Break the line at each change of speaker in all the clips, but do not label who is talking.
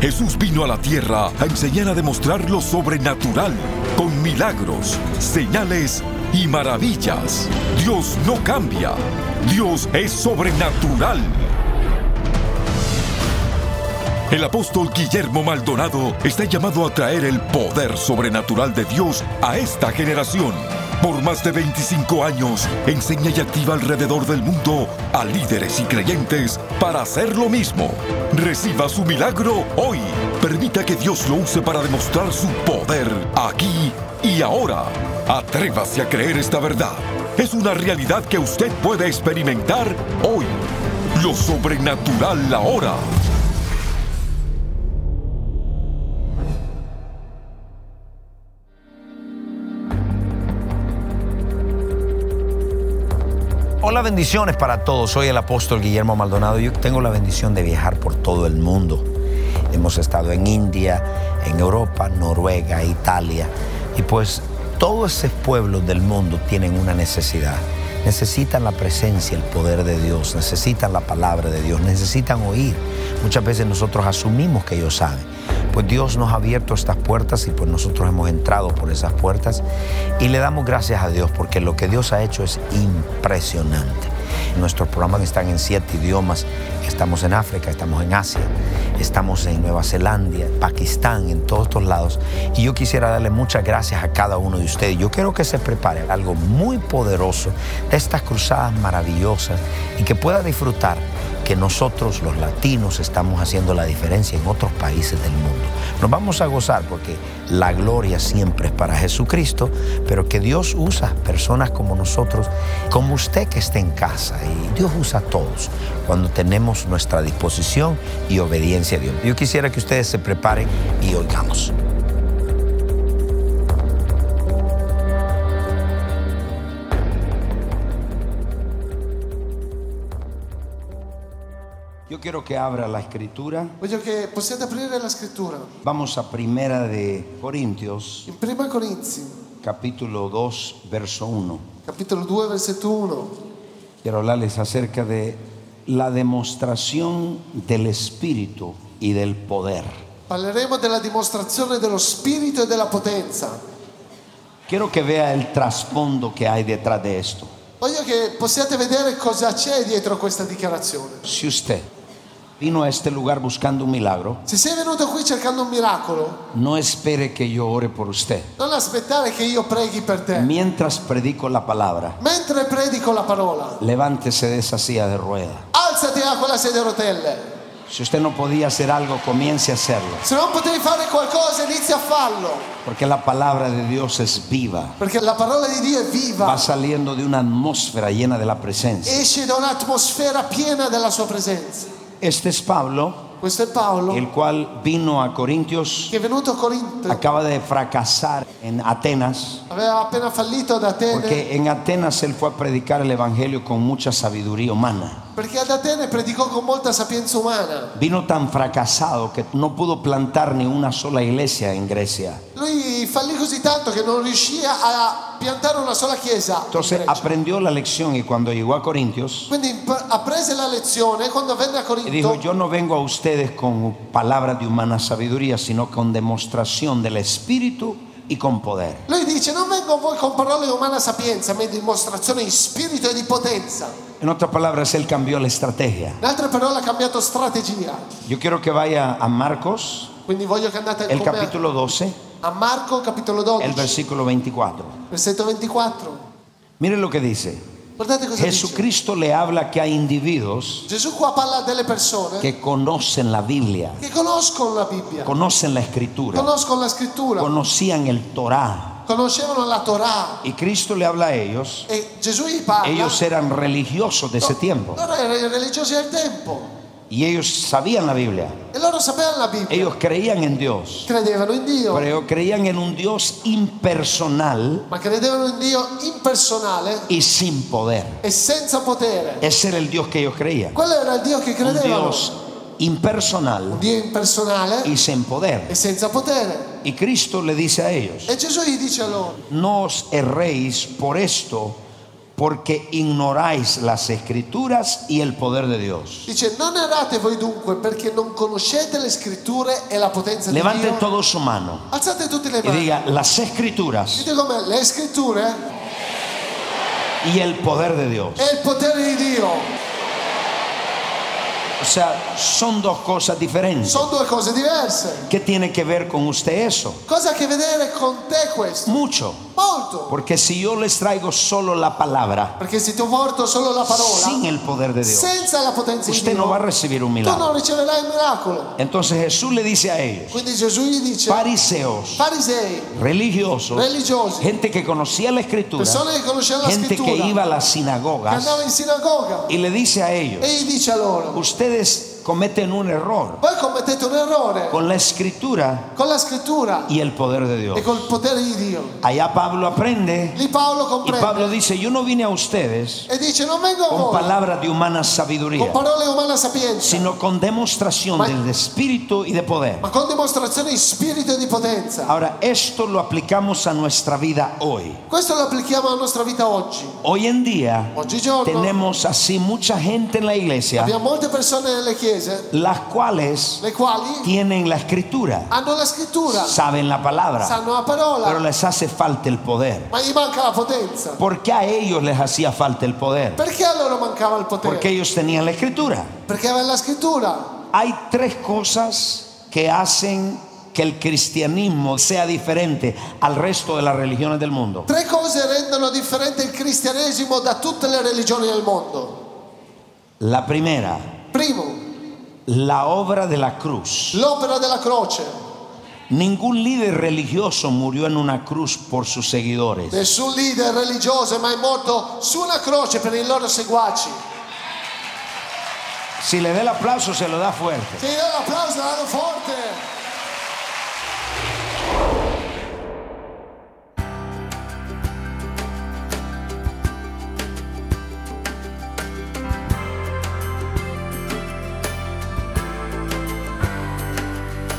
Jesús vino a la tierra a enseñar a demostrar lo sobrenatural, con milagros, señales y maravillas. Dios no cambia, Dios es sobrenatural. El apóstol Guillermo Maldonado está llamado a traer el poder sobrenatural de Dios a esta generación. Por más de 25 años, enseña y activa alrededor del mundo a líderes y creyentes para hacer lo mismo. Reciba su milagro hoy. Permita que Dios lo use para demostrar su poder aquí y ahora. Atrévase a creer esta verdad. Es una realidad que usted puede experimentar hoy. Lo sobrenatural ahora.
Hola, Oh, bendiciones para todos. Soy el apóstol Guillermo Maldonado. Yo tengo la bendición de viajar por todo el mundo. Hemos estado en India, en Europa, Noruega, Italia. Y pues todos esos pueblos del mundo tienen una necesidad. Necesitan la presencia, el poder de Dios, necesitan la palabra de Dios, necesitan oír. Muchas veces nosotros asumimos que ellos saben. Pues Dios nos ha abierto estas puertas y pues nosotros hemos entrado por esas puertas y le damos gracias a Dios porque lo que Dios ha hecho es impresionante. Nuestros programas están en siete idiomas. Estamos en África, estamos en Asia, estamos en Nueva Zelanda, Pakistán, en todos estos lados. Y yo quisiera darle muchas gracias a cada uno de ustedes. Yo quiero que se prepare algo muy poderoso de estas cruzadas maravillosas y que pueda disfrutar que nosotros los latinos estamos haciendo la diferencia en otros países del mundo. Nos vamos a gozar porque la gloria siempre es para Jesucristo, pero que Dios usa personas como nosotros, como usted que esté en casa. Y Dios usa a todos cuando tenemos nuestra disposición y obediencia a Dios. Yo quisiera que ustedes se preparen y oigamos. Yo quiero que abra la escritura.
Voglio che possiate aprire la scrittura.
Vamos a primera de Corintios,
In 1 Corinzi,
capítulo 2, verso 1.
capitolo 2, versetto 1.
Quiero hablarles acerca de la demostración del espíritu y del poder.
Parleremo della dimostrazione dello spirito e della potenza.
Quiero que vea el trasfondo que hay detrás de esto.
Voglio che possiate vedere cosa c'è dietro questa dichiarazione.
Si usted vino a este lugar buscando un milagro,
Se sei venuto qui cercando un miracolo,
no espere que yo ore por usted.
non aspettare che io preghi per te.
Mientras predico la palabra,
Mentre predico la parola,
levántese de esa silla de rueda.
alzati da quella sedia a rotelle.
Si usted no podía hacer algo, comience a hacerlo.
Se non potevi fare qualcosa, inizia a farlo.
Porque la palabra de Dios es viva.
Perché la parola di Dio è
Va
viva.
saliendo de una atmósfera llena de la presencia.
Esce da un'atmosfera piena della sua presenza.
Este es Pablo,
Questo è Paolo.
el cual vino a Corintios,
che è venuto a Corinto
acaba de fracasar en Atenas,
aveva appena fallito ad Atene
porque en Atenas él fue a predicar el Evangelio con mucha sabiduría humana.
perché ad Atene predicò con molta sapienza umana
Vino tan fracasado que no pudo plantar ni una sola iglesia en Grecia.
lui fallì così tanto che non riuscì a piantare una sola chiesa in
Entonces
Grecia.
aprendió la lección y cuando llegó a Corintios,
quindi imp- apprese la lezione quando venne a
y dijo,
Corinto
yo no vengo a ustedes con palabras de humana sabiduría, sino con demostración del Espíritu y con poder.
lui dice non vengo a voi con parole di umana sapienza ma di dimostrazione di spirito e di potenza
En otras palabras, él cambió la estrategia.
in altre parole ha cambiato strategia
Yo quiero que vaya a Marcos,
quindi voglio che andate
el
con me
capítulo 12,
a Marco capitolo
el
12
versículo 24.
versetto 24
Mire lo que dice.
guardate cosa dice
Jesucristo le habla que hay individuos
Gesù qua parla delle persone
que conocen la Biblia,
che conoscono la Bibbia,
conocen la Escritura,
conoscono la scrittura,
conocían el Torá.
conoscevano la Torah
Y Cristo le habla a ellos.
e Gesù gli parla.
Ellos eran religiosos de ese tiempo
Loro erano i religiosi del tempo
y ellos sabían la Biblia.
e loro sapevano la Bibbia,
Ellos creían en Dios,
credevano in Dio,
pero ellos creían en un Dios impersonal
ma credevano in Dio impersonale
y sin poder.
e senza potere.
Ese era el Dios que ellos creían.
Quello era il Dio che
un
credevano,
Dios impersonal
Dio impersonale
y sin poder.
e senza potere.
Y Cristo le dice a ellos,
E Gesù gli dice a loro,
no os erréis por esto, porque ignoráis las escrituras y el poder de Dios.
Dice, non errate voi dunque perché non conoscete le scritture e la potenza di
Levante
Dio.
todo su mano
Alzate tutte le
y
mani.
diga las escrituras
Dite come le scritture
y el poder de Dios.
e il potere di Dio
O sea, son dos cosas diferentes.
sono due cose diverse.
¿Qué tiene que ver con usted eso?
Cosa ha a che vedere con te questo?
Mucho.
Molto.
Porque si yo les traigo solo la palabra,
Perché se ti ho porto solo la parola,
sin el poder de Dios,
senza la potenza di
usted no va a
Dio,
recibir un
tu non
milagro.
riceverai il miracolo.
Entonces Jesús le dice a ellos,
Quindi Gesù gli dice,
fariseos,
farisei,
religiosos,
religiosi,
gente que conocía la escritura,
persone che conoscevano la
gente que
scrittura,
iba a las
che
sinagogas,
andava in sinagoga
y le dice a ellos,
e gli dice a loro,
ustedes cometen un error
voi commettete un errore
con la escritura
con la scrittura
y el poder de Dios.
e col potere di Dio.
Allá Pablo aprende
Lì Paolo
y
comprende
Pablo dice, yo no vine a ustedes
e dice, non vengo a
con
voi
palabras de humana sabiduría,
con parole di umana sapienza,
sino con demostración
Ma-
del espíritu y de poder.
ma con dimostrazione di spirito e di potenza.
Ahora, esto lo aplicamos a nuestra vida hoy.
Questo lo applichiamo alla nostra vita oggi.
Hoy en día
Oggigiorno
tenemos así mucha gente en la iglesia,
abbiamo molte persone nelle chiese
las cuales
le quali
tienen la escritura,
hanno la scrittura,
saben la palabra,
sanno la
pero
parola,
les hace falta el poder.
ma gli manca la potenza.
¿Por qué a ellos les hacía falta el poder?
Perché a loro mancava il
Porque
potere?
ellos tenían la escritura.
Perché aveva la scrittura.
Hay tres cosas que hacen que el cristianismo sea diferente al resto de las religiones del mundo.
Tre cose rendono differente il cristianesimo da tutte le religioni del mondo.
La primera,
Primo,
la obra de la cruz.
l'opera della croce.
Ningún líder religioso murió en una cruz por sus seguidores.
Nessun leader religioso è mai morto su una croce per i loro seguaci.
Si le da el aplauso, se lo da fuerte.
Ti do l'applauso, vado forte.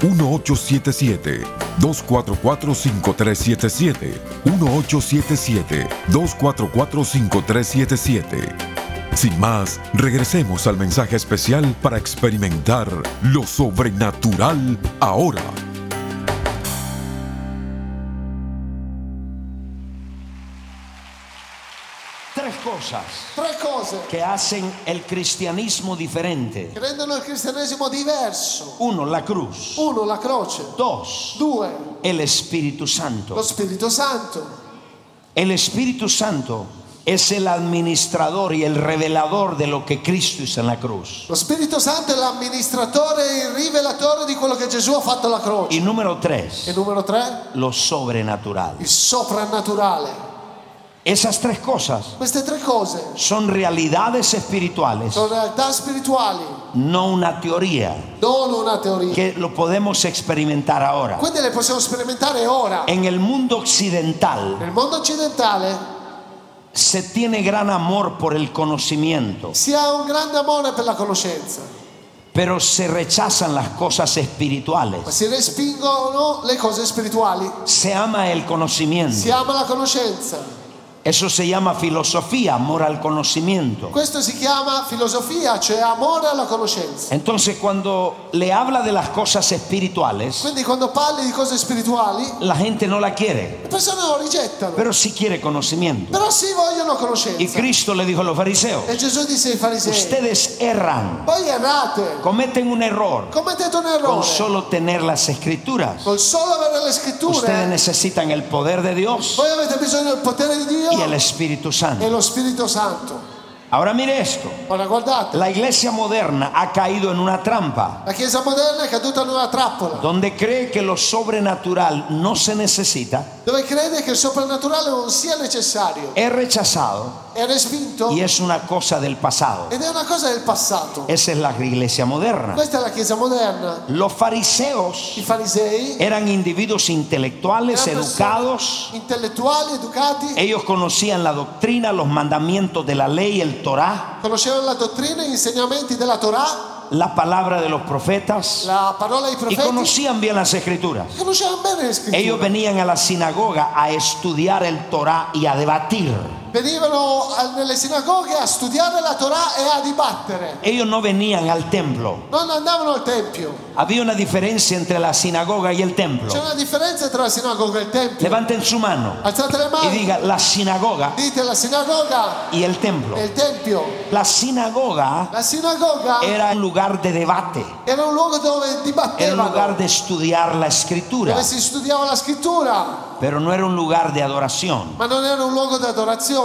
1877-244-5377. 1877-244-5377. Sin más, regresemos al mensaje especial para experimentar lo sobrenatural ahora.
Tres cosas
Tre cose
que hacen el cristianismo diferente.
che rendono il cristianesimo diverso.
Uno, la cruz.
Uno, la croce.
Dos,
Due,
el Espíritu
lo
Santo.
Spirito Santo.
El Espíritu Santo es el administrador y el revelador de lo que Cristo hizo en la cruz.
Lo Spirito Santo è l'amministratore e il rivelatore di quello che Gesù ha fatto alla croce.
Y número
E
tres,
numero tre,
lo sobrenatural.
il soprannaturale.
Esas tres cosas
Queste tre cose
son realidades espirituales,
sono realtà spirituali,
no una teoría
non una teoria.
que lo podemos experimentar ahora.
Quindi le possiamo sperimentare ora.
En el mundo occidental
Nel mondo occidentale
se tiene gran amor por el conocimiento,
si ha un grande amore per la conoscenza,
pero se rechazan las cosas
ma
espirituales.
si respingono le cose spirituali.
Se ama el
Si
conocimiento.
ama la conoscenza.
Eso se llama filosofía, amor al conocimiento.
Questo si chiama filosofia, cioè amore alla conoscenza.
Entonces cuando le habla de las cosas espirituales,
Quindi quando parli di cose spirituali,
la gente no la quiere,
le persone lo rigettano.
pero sí quiere conocimiento.
Però si vogliono
Y
conoscenza.
Cristo le dijo a los fariseos,
E Gesù disse ai farisei,
ustedes erran,
voi errate,
cometen un error
commettete un
con
errore.
solo tener las escrituras.
Col solo avere le
Ustedes
scritture,
necesitan el poder de Dios
voi avete bisogno del potere di
y el
Dio
Espíritu
e
Santo.
lo Spirito Santo.
Ahora mire esto,
Ora guardate,
la iglesia moderna ha caído en una trampa
la Chiesa moderna è caduta in una trappola.
donde cree que lo sobrenatural no se necesita.
dove crede che il soprannaturale non sia necessario.
He rechazado
è respinto
y es una cosa del pasado.
ed è una cosa del passato.
Esa es la iglesia moderna.
Questa è la Chiesa moderna.
Los fariseos
I farisei
eran individuos intelectuales,
erano persone
educados.
intellettuali, educati,
Ellos conocían la doctrina, los mandamientos de la ley, el Torah,
conoscevano la dottrina e gli insegnamenti della Torah,
la palabra de los profetas
la parola dei
y
profeti.
conocían bien las escrituras.
Conoscevano bene le scritture.
Ellos venían a la sinagoga a estudiar el Torah y a debatir.
Venivano a- nelle sinagoghe a studiare la Torah e a dibattere.
Ellos no venían al templo.
Non andavano al tempio.
Había una diferencia entre la sinagoga y el templo.
C'è una differenza tra la sinagoga e il tempio.
Levanten su mano
Alzate le
y
mani,
diga la sinagoga
dite la sinagoga
y el templo.
e il tempio.
La sinagoga
La sinagoga
era un lugar de debate,
era un luogo dove
era un lugar
dibattevano,
de estudiar la escritura,
dove si studiava la scrittura,
pero no era un lugar de adoración.
ma non era un luogo di adorazione.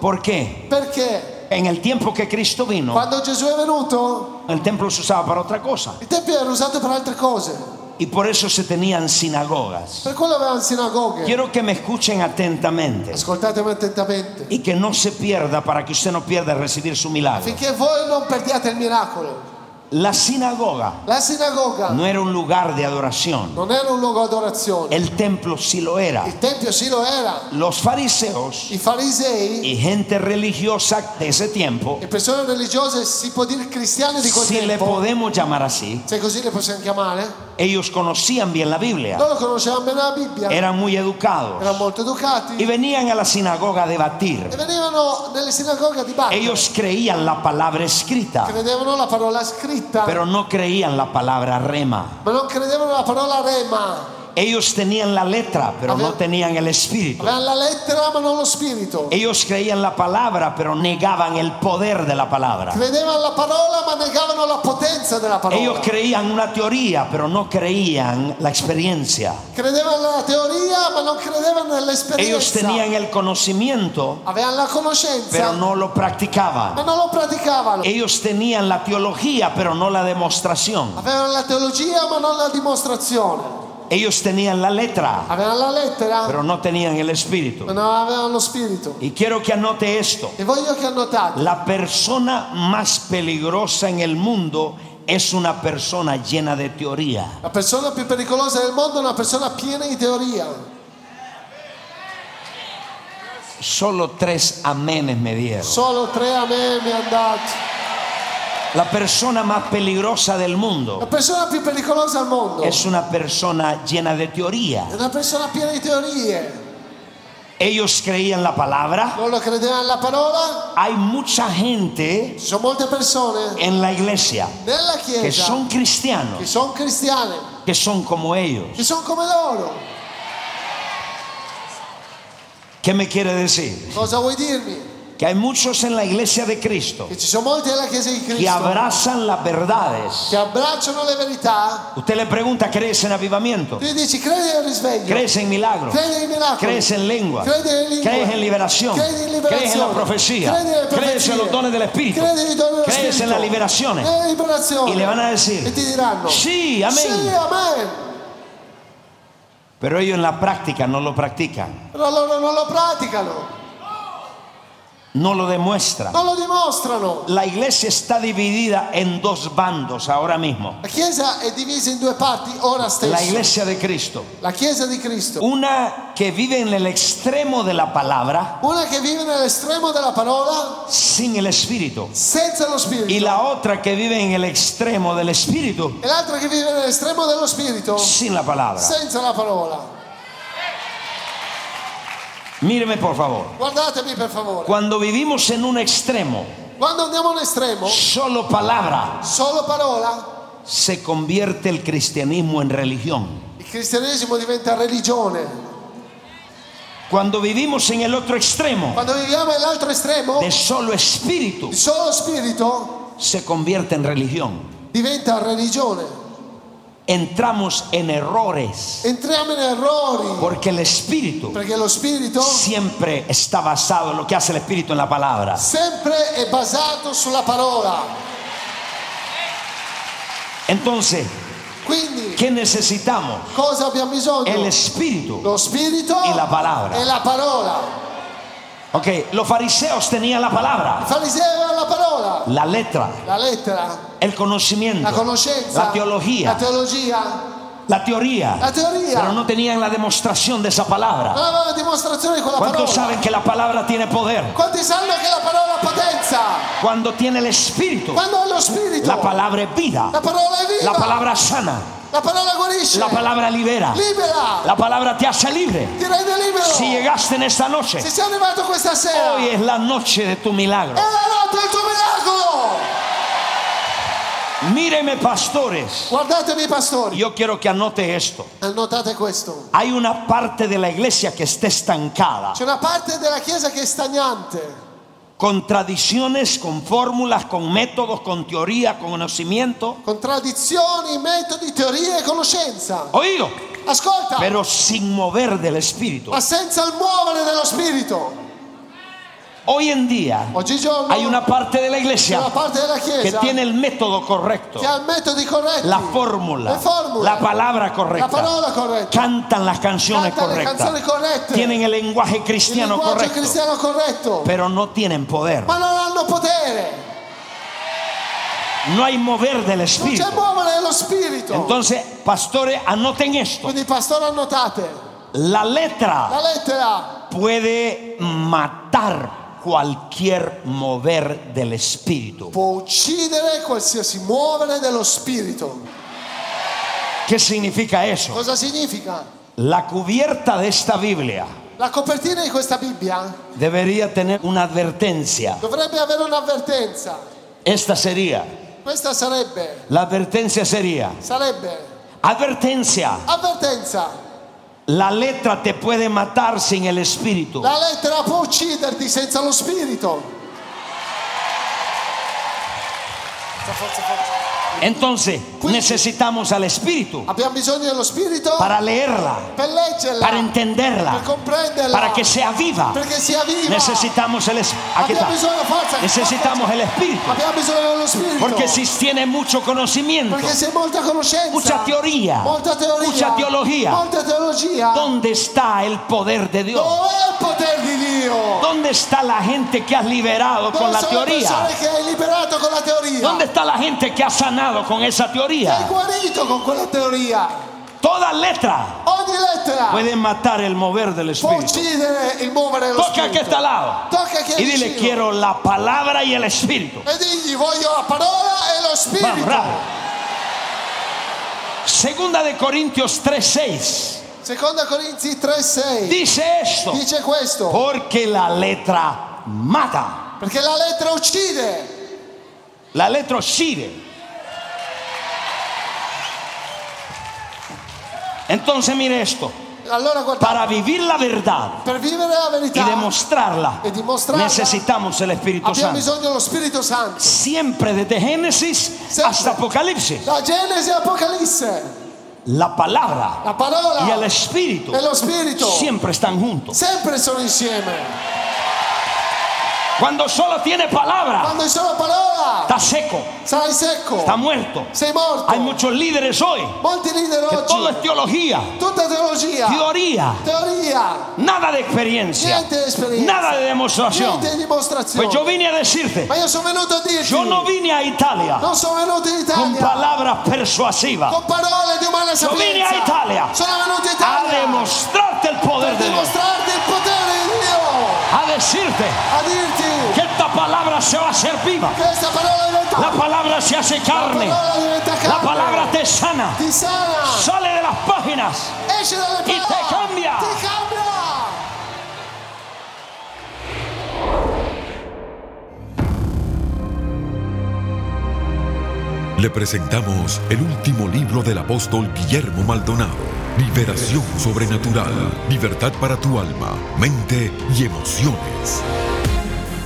¿Por qué?
Perché
En el tiempo que Cristo vino,
quando Gesù è venuto,
el templo se usaba para otra cosa
il tempio era usato per altre cose.
y por eso se tenían sinagogas.
Per quello avevano sinagoghe.
Quiero que me escuchen atentamente
Ascoltatemi attentamente.
y que no se pierda para que usted no pierda recibir su milagro.
Finché voi non perdiate il miracolo.
La sinagoga
La sinagoga
no era un lugar de adoración,
non era un luogo di adorazione.
el templo sí lo era.
Il tempio sì lo era.
Los fariseos
I farisei
y gente religiosa de ese tiempo,
e persone religiose, si può dire cristiane di quel
si le Eh.
tempo,
podemos llamar así,
se così le possiamo chiamare,
ellos conocían bien la Biblia,
loro conoscevano bene la Bibbia,
eran muy
erano
educados
molto educati
y venían a la sinagoga a debatir.
e venivano nelle sinagoghe a dibattere.
Ellos creían la palabra escrita,
Credevano la parola scritta,
pero no creían la palabra rema.
ma non credevano la parola rema.
Ellos tenían la letra, pero no tenían el espíritu.
Avevano la lettera, ma non lo spirito.
Ellos creían la palabra, pero negaban el poder de la palabra.
Credevano alla parola, ma negavano la potenza della
Ellos
parola.
creían una teoría, pero no creían la experiencia.
Credevano alla teoria, ma non credevano
Ellos
nell'esperienza.
tenían el conocimiento,
Avevano la
pero
conoscenza,
no lo
ma
practicaban.
non lo praticavano.
Ellos tenían la teología, pero no la demostración.
Avevano la teologia, ma non la dimostrazione.
Ellos tenían la letra,
Avevano la lettera,
pero no tenían el espíritu.
ma non avevano lo spirito.
Y quiero que anote esto.
E voglio che annotate,
La persona más peligrosa en el mundo es una persona llena de teoría.
la persona più pericolosa del mondo è una persona piena di teoria.
Solo tres amenes me dieron.
Solo tre a me mi hanno dato.
La persona más peligrosa del
La
mundo
persona più pericolosa al mondo è
es una persona llena de teoría.
una persona piena di teorie.
Ellos creían la palabra.
Non lo credevano alla parola.
Hay mucha gente
Ci sono molte persone
en la iglesia
nella
que
Chiesa
son
che
cristianos,
sono cristiane,
que son como ellos.
che sono come loro.
¿Qué me quiere decir?
Cosa vuoi dirmi?
Que hay muchos en la iglesia de Cristo
Che ci sono molti nella Chiesa di
que
Cristo
abrazan las verdades.
che abbracciano le verità.
Usted le pregunta, ¿crees en avivamiento?
Tu gli dici credi nel risveglio,
¿Crees en milagros?
credi nei miracoli,
¿Crees en lengua?
credi nelle lingue,
¿Crees en liberación?
credi in liberazione,
¿Crees en la
credi nelle
profecía? ¿Crees
profezie,
en los dones del Espíritu?
credi nei doni dello
¿Crees
Spirito,
en las liberaciones?
nelle liberazioni.
Y le van a decir,
e ti diranno
sí,
Sì,
amén.
amen.
Pero ellos en la práctica no lo practican,
Però loro non lo praticano,
no lo demuestran.
non lo dimostrano.
La iglesia está dividida en dos bandos ahora mismo.
La Chiesa è divisa in due parti ora
La
stesso.
iglesia de Cristo.
La Chiesa di Cristo.
Una que vive en el extremo de la palabra
Una che vive nell'estremo della parola
sin el espíritu.
senza lo spirito.
Y la otra que vive en el extremo del espíritu
E l'altra che vive nell'estremo dello spirito
sin la palabra.
senza la parola.
Míreme por favor.
Guardatemi per favore.
Cuando vivimos en un extremo,
Quando andiamo all'estremo,
solo palabra,
solo parola,
se convierte el cristianismo en religión.
il cristianesimo diventa religione.
Cuando vivimos en el otro extremo,
Quando viviamo all'altro estremo,
de solo espíritu,
il solo spirito
se convierte en religión.
diventa religione.
Entramos en errores,
Entriamo in errori
porque el espíritu
perché lo spirito
siempre está basado en lo que hace el espíritu en la palabra.
sempre è basato sulla parola.
Entonces,
Quindi
¿qué necesitamos?
cosa abbiamo
El
bisogno?
espíritu.
Lo spirito
E la parola.
e la parola.
Ok, los fariseos tenían la
I
palabra,
farisei avevano la parola,
la letra,
la lettera,
el conocimiento,
la conoscenza,
la teología,
la teologia,
la teoría,
la teoria.
pero
Non
no tenían la demostración de esa palabra.
avevano la dimostrazione di quella parola.
¿Cuántos saben que la palabra tiene poder?
Quanti sanno che la parola ha potenza?
Cuando tiene el espíritu,
Quando è lo spirito,
la palabra es vida,
la parola è viva,
la palabra sana,
la parola guarisce,
la palabra libera,
libera,
la palabra te hace libre.
ti rende libero.
Si llegaste en esta noche,
Se sei arrivato questa sera,
hoy es la noche de tu milagro.
è la notte del tuo miracolo.
Míreme, pastores.
Guardatemi i pastori,
Yo quiero que anote esto.
annotate questo.
Hay una parte de la iglesia que está estancada,
C'è una parte della chiesa che è stagnante,
con tradiciones, con fórmulas, con métodos, con teoría, con conocimiento.
con tradizioni, metodi, teorie e conoscenza.
Oído,
Ascolta,
pero sin mover del espíritu.
ma senza il muovere dello spirito.
Hoy en día
Oggigiorno
hay una parte de la
c'è una
iglesia
parte della
que
chiesa
tiene el método correcto,
che ha i metodi corretti,
la fórmula,
le formule,
la palabra
la
correcta.
parola corretta,
Cantan las canciones
Cantano le
correctas,
canzoni corrette,
tienen el lenguaje
il
cristiano
linguaggio
correcto,
cristiano corretto,
pero no tienen poder.
ma non hanno potere.
No hay mover del
Non c'è
espíritu.
muovere dello spirito.
Entonces, pastores, anoten esto.
Quindi, pastore, annotate.
La letra
La lettera
puede matar cualquier mover del espíritu.
può uccidere qualsiasi muovere dello spirito.
¿Qué significa eso?
Cosa significa?
La cubierta de esta Biblia
La copertina di questa Bibbia
debería tener una advertencia.
dovrebbe avere un'avvertenza.
Esta sería.
Questa sarebbe,
La advertencia sería.
sarebbe,
Advertencia.
avvertenza.
La letra te puede matar sin el espíritu.
La lettera può ucciderti senza lo spirito.
Entonces, necesitamos al espíritu
Abbiamo bisogno dello spirito
para leerla,
per leggerla,
para
per
entenderla,
comprenderla,
para que sea viva.
perché sia viva.
Necesitamos el espíritu.
Abbiamo bisogno, forza,
Necesitamos el espíritu.
abbiamo bisogno dello spirito.
Porque si tiene mucho conocimiento,
Perché c'è molta conoscenza,
mucha teoría,
molta teoria,
mucha teología,
molta teologia.
¿dónde está el poder de Dios?
Dov'è il potere di Dio?
¿Dónde está la gente que has liberado con
Dove
la
sono le
teoría?
persone che hai liberato con la teoria?
¿Dónde está la gente que ha sanado con esa
Hai
teoría?
guarito con quella teoria.
Toda letra
Ogni lettera
puede matar el mover del
può
Espíritu.
uccidere il muovere dello
Tocca a que
spirito.
está al lado
Tocca chi è
y dile,
vicino.
quiero la palabra y el Espíritu.
E digli voglio la parola e lo
Vamos,
spirito.
bravo. Segunda de Corintios 3:6
Seconda Corinzi 3:6
dice esto.
dice questo.
Porque la letra mata.
Perché la lettera uccide.
La letra uccide. Entonces mire esto.
Allora guardate,
Para vivir la verdad
per vivere la
y
verità
demostrarla,
Y demostrarla.
necesitamos el Espíritu
abbiamo
Santo.
bisogno dello Spirito Santo.
Siempre desde Génesis
Siempre.
hasta Apocalipsis.
La Genesi e Apocalisse,
La palabra
la parola
y el Espíritu
e lo spirito
siempre están juntos.
sempre sono insieme.
Cuando solo tiene palabra,
Quando c'è la parola
está seco,
sarai secco,
está muerto.
sei morto.
Hay muchos líderes hoy.
Molti leader
que
oggi,
todo es teología,
tutta teologia,
teoría,
teoria,
nada de experiencia,
niente di esperienza,
nada de demostración.
niente di dimostrazione.
Pues yo vine a decirte,
Ma io sono venuto a dirti,
yo no vine a Italia
non sono venuto in
con
Italia
palabras persuasivas,
con parole di umana
yo
sapienza.
vine a Italia
Sono venuto in
a
Italia
demostrarte el
per
poder de Dios,
dimostrarti il potere di Dio,
a decirte
a dirti
que esta palabra se va a hacer viva,
che questa parola diventa
la palabra se hace carne,
La parola diventa
la
carne.
palabra te sana,
ti sana,
sale de las páginas.
esce dalle parole,
E te cambia.
ti cambia.
Le presentamos el último libro del apóstol Guillermo Maldonado. Liberación sobrenatural, libertad para tu alma, mente y emociones.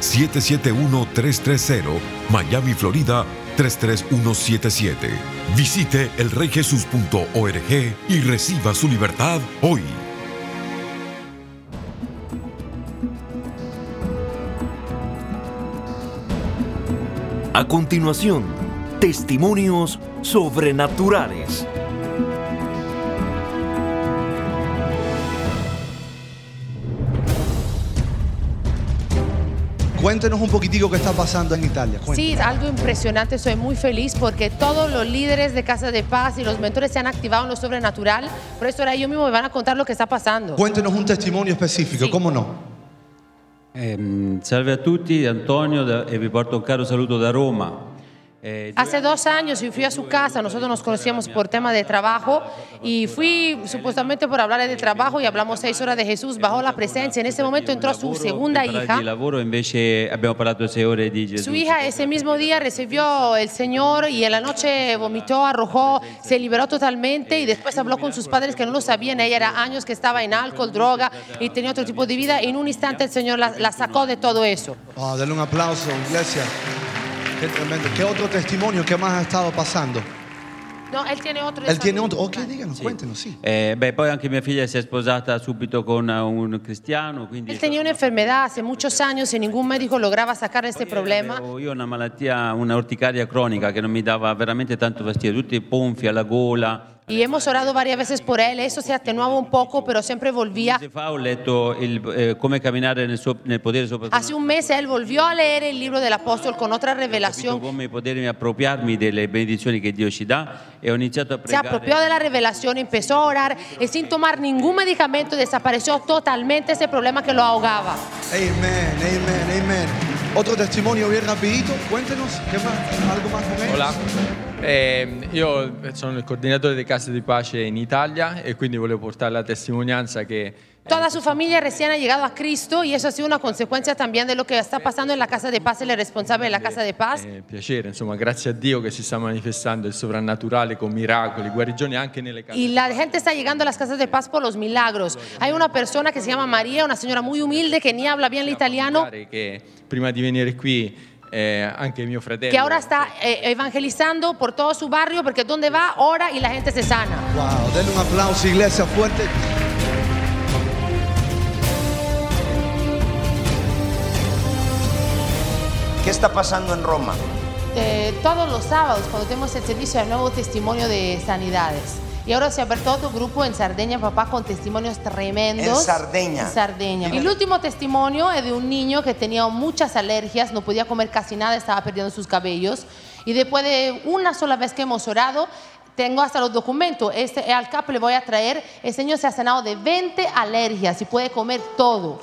771-330, Miami, Florida 33177. Visite elreyjesus.org y reciba su libertad hoy.
A continuación, testimonios sobrenaturales.
Cuéntenos un poquitico qué está pasando en Italia.
Sí,
cuéntenos.
algo impresionante. Soy muy feliz porque todos los líderes de Casa de Paz y los mentores se han activado en lo sobrenatural. Por eso ahora ellos mismos me van a contar lo que está pasando.
Cuéntenos un testimonio específico,
Sí.
¿cómo no?
Ehm, salve a tutti, Antonio da- e vi porto un caro saluto da Roma. Eh, due-
Hace dos años yo fui a su casa, nosotros nos conocíamos por tema de trabajo y fui supuestamente por hablar de trabajo y hablamos seis horas de Jesús, bajó la presencia, en ese momento entró su
Lavoro,
segunda
per parlare
hija.
Di lavoro invece abbiamo parlato sei ore di Gesù.
Su hija ese mismo día recibió el Señor y en la noche vomitó, arrojó, se liberó totalmente y después habló con sus padres que no lo sabían. Ella era años que estaba en alcohol, droga y tenía otro tipo de vida. En un instante el Señor la, la sacó de todo eso.
Ah, dale un aplauso, iglesia. Qué tremendo. ¿Qué otro testimonio? ¿Qué más ha estado pasando?
No, él tiene otro.
Él tiene otro.
desafío.
Ok, díganos, cuéntenos, sí.
Eh, beh, poi anche mia figlia si è sposata subito con eh, un cristiano, quindi...
Él tenía una enfermedad hace muchos años y ningún médico lograba sacar este problema.
Avevo Io ho una malattia, una urticaria cronica che non mi dava veramente tanto fastidio, tutti i ponfi alla gola.
Y hemos orado varias veces por él, eso se atenuaba un poco, pero siempre volvía.
Mesi fa ho letto il, eh, come camminare nel, suo- nel potere soprannaturale.
Hace un mes él volvió a leer el libro del apóstol con otra
capito
revelación
come potermi appropriarmi delle benedizioni che Dio ci dà e ho iniziato a
Se apropió
pregare
de la revelación, empezó a orar y sin tomar ningún medicamento desapareció totalmente ese problema que lo ahogaba.
Amén, amén, amén. Otro testimonio bien rapidito. Cuéntenos, ¿qué más? ¿Algo más con ellos?
Hola, Ehm, io sono il coordinatore dei case di pace in Italia e quindi volevo portare la testimonianza che
Toda su familia recién ha llegado a Cristo y eso ha sido una consecuencia también de lo que está pasando en la Casa de Paz, el responsable de la Casa de Paz.
è eh, piacere, insomma, grazie a Dio che si sta manifestando il soprannaturale con miracoli, guarigioni anche nelle case.
Y la gente está llegando a las casas de paz por los milagros. Hay una persona que se llama María, una señora muy humilde que ni habla bien el italiano,
Ricordare Che prima di venire qui eh, anche mio fratello
que ahora está eh, evangelizando por todo su barrio porque donde va, ora y la gente se sana.
Wow, denle un aplauso, iglesia, fuerte.
¿Qué está pasando en Roma?
Eh, todos los sábados cuando tenemos el servicio del nuevo testimonio de sanidades. Y ahora se abrió otro grupo en Sardeña, papá, con testimonios tremendos.
En Sardeña.
En Sardeña. Y el último testimonio es de un niño que tenía muchas alergias, no podía comer casi nada, estaba perdiendo sus cabellos. Y después de una sola vez que hemos orado, tengo hasta los documentos. Este, al CAP le voy a traer. El señor se ha sanado de 20 alergias y puede comer todo.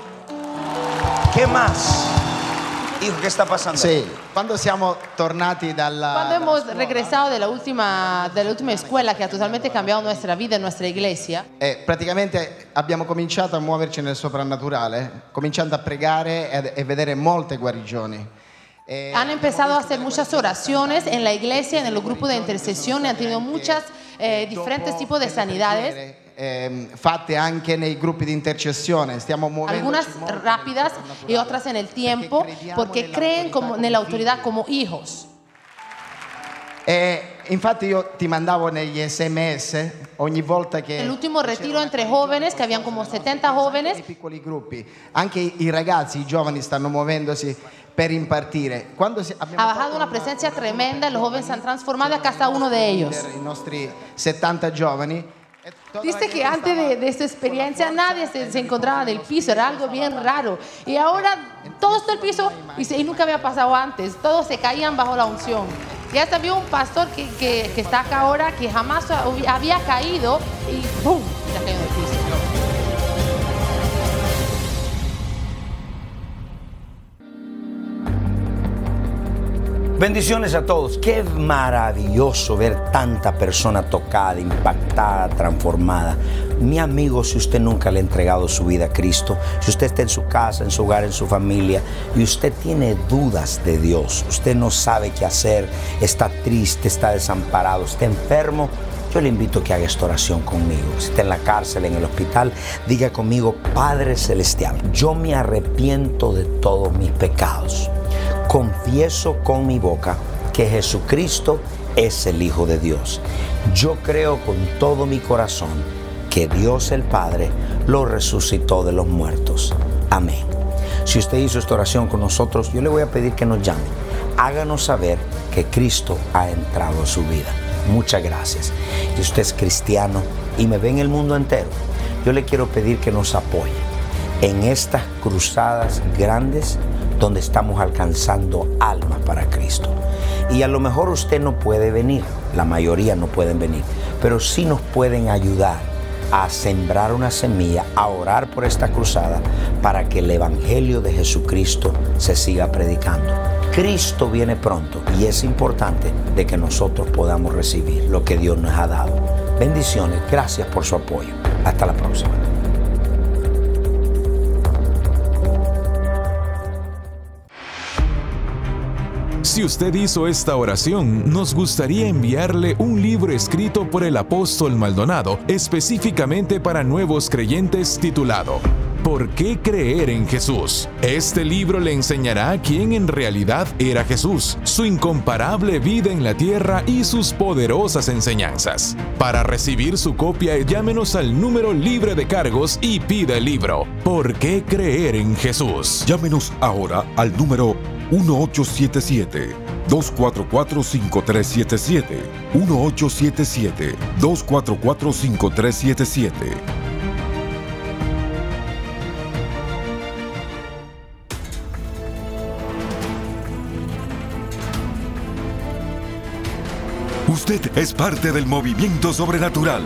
¿Qué más? Hijo, ¿qué está pasando?
Sì, quando siamo tornati dalla...
Cuando hemos
dalla scuola,
regresado de la última, de la última escuela que ha totalmente cambiado nuestra vida y nuestra iglesia,
eh, praticamente abbiamo cominciato a muoverci nel soprannaturale, cominciando a pregare ed- e, vedere molte guarigioni. Eh,
han empezado a hacer muchas oraciones en la iglesia, en los grupos de intercesión, y han tenido muchas eh, diferentes tipos de sanidades,
ehm, fatte anche nei gruppi di intercessione, stiamo muovendo
algunas rápidas y otras en el tiempo, porque creen como, en la autoridad como hijos.
Eh, infatti io ti mandavo negli sms ogni volta che...
El último retiro entre jóvenes, que habían como 70 jóvenes,
nei piccoli gruppi, anche i i ragazzi, i giovani stanno muovendosi per impartire. Quando si- abbiamo
ha
fatto
bajado una presencia tremenda, los jóvenes se han transformado a cada uno de ellos.
per i nostri 70 giovani. e tutta la
Dice
gente
que antes
stava-
de, de esta experiencia nadie se, se encontraba en el piso, era algo bien raro. Y ahora todo está en el piso y, se- y nunca había pasado antes, todos se caían bajo la unción. Ya hasta había un pastor que, que- que está acá ahora que jamás hubi- había caído y ¡pum! Se ha caído en el piso.
Bendiciones a todos. Qué maravilloso ver tanta persona tocada, impactada, transformada. Mi amigo, si usted nunca le ha entregado su vida a Cristo, si usted está en su casa, en su hogar, en su familia y usted tiene dudas de Dios, usted no sabe qué hacer, está triste, está desamparado, está enfermo, yo le invito a que haga esta oración conmigo. Si está en la cárcel, en el hospital, diga conmigo, Padre Celestial, yo me arrepiento de todos mis pecados. Confieso con mi boca que Jesucristo es el Hijo de Dios. Yo creo con todo mi corazón que Dios el Padre lo resucitó de los muertos. Amén. Si usted hizo esta oración con nosotros, yo le voy a pedir que nos llame. Háganos saber que Cristo ha entrado a su vida. Muchas gracias. Si usted es cristiano y me ve en el mundo entero, yo le quiero pedir que nos apoye en estas cruzadas grandes donde estamos alcanzando almas para Cristo. Y a lo mejor usted no puede venir, la mayoría no pueden venir, pero sí nos pueden ayudar a sembrar una semilla, a orar por esta cruzada para que el Evangelio de Jesucristo se siga predicando. Cristo viene pronto y es importante de que nosotros podamos recibir lo que Dios nos ha dado. Bendiciones, gracias por su apoyo. Hasta la próxima.
Si usted hizo esta oración, nos gustaría enviarle un libro escrito por el apóstol Maldonado específicamente para nuevos creyentes titulado ¿Por qué creer en Jesús? Este libro le enseñará quién en realidad era Jesús, su incomparable vida en la tierra y sus poderosas enseñanzas. Para recibir su copia, llámenos al número libre de cargos y pida el libro ¿Por qué creer en Jesús?
Llámenos ahora al número 1877-244-5377. 1877-244-5377. Usted es parte del movimiento sobrenatural.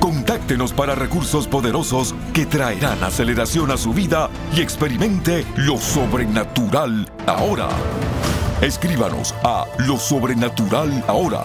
Contáctenos para recursos poderosos que traerán aceleración a su vida y experimente lo sobrenatural ahora. Escríbanos a lo sobrenatural ahora.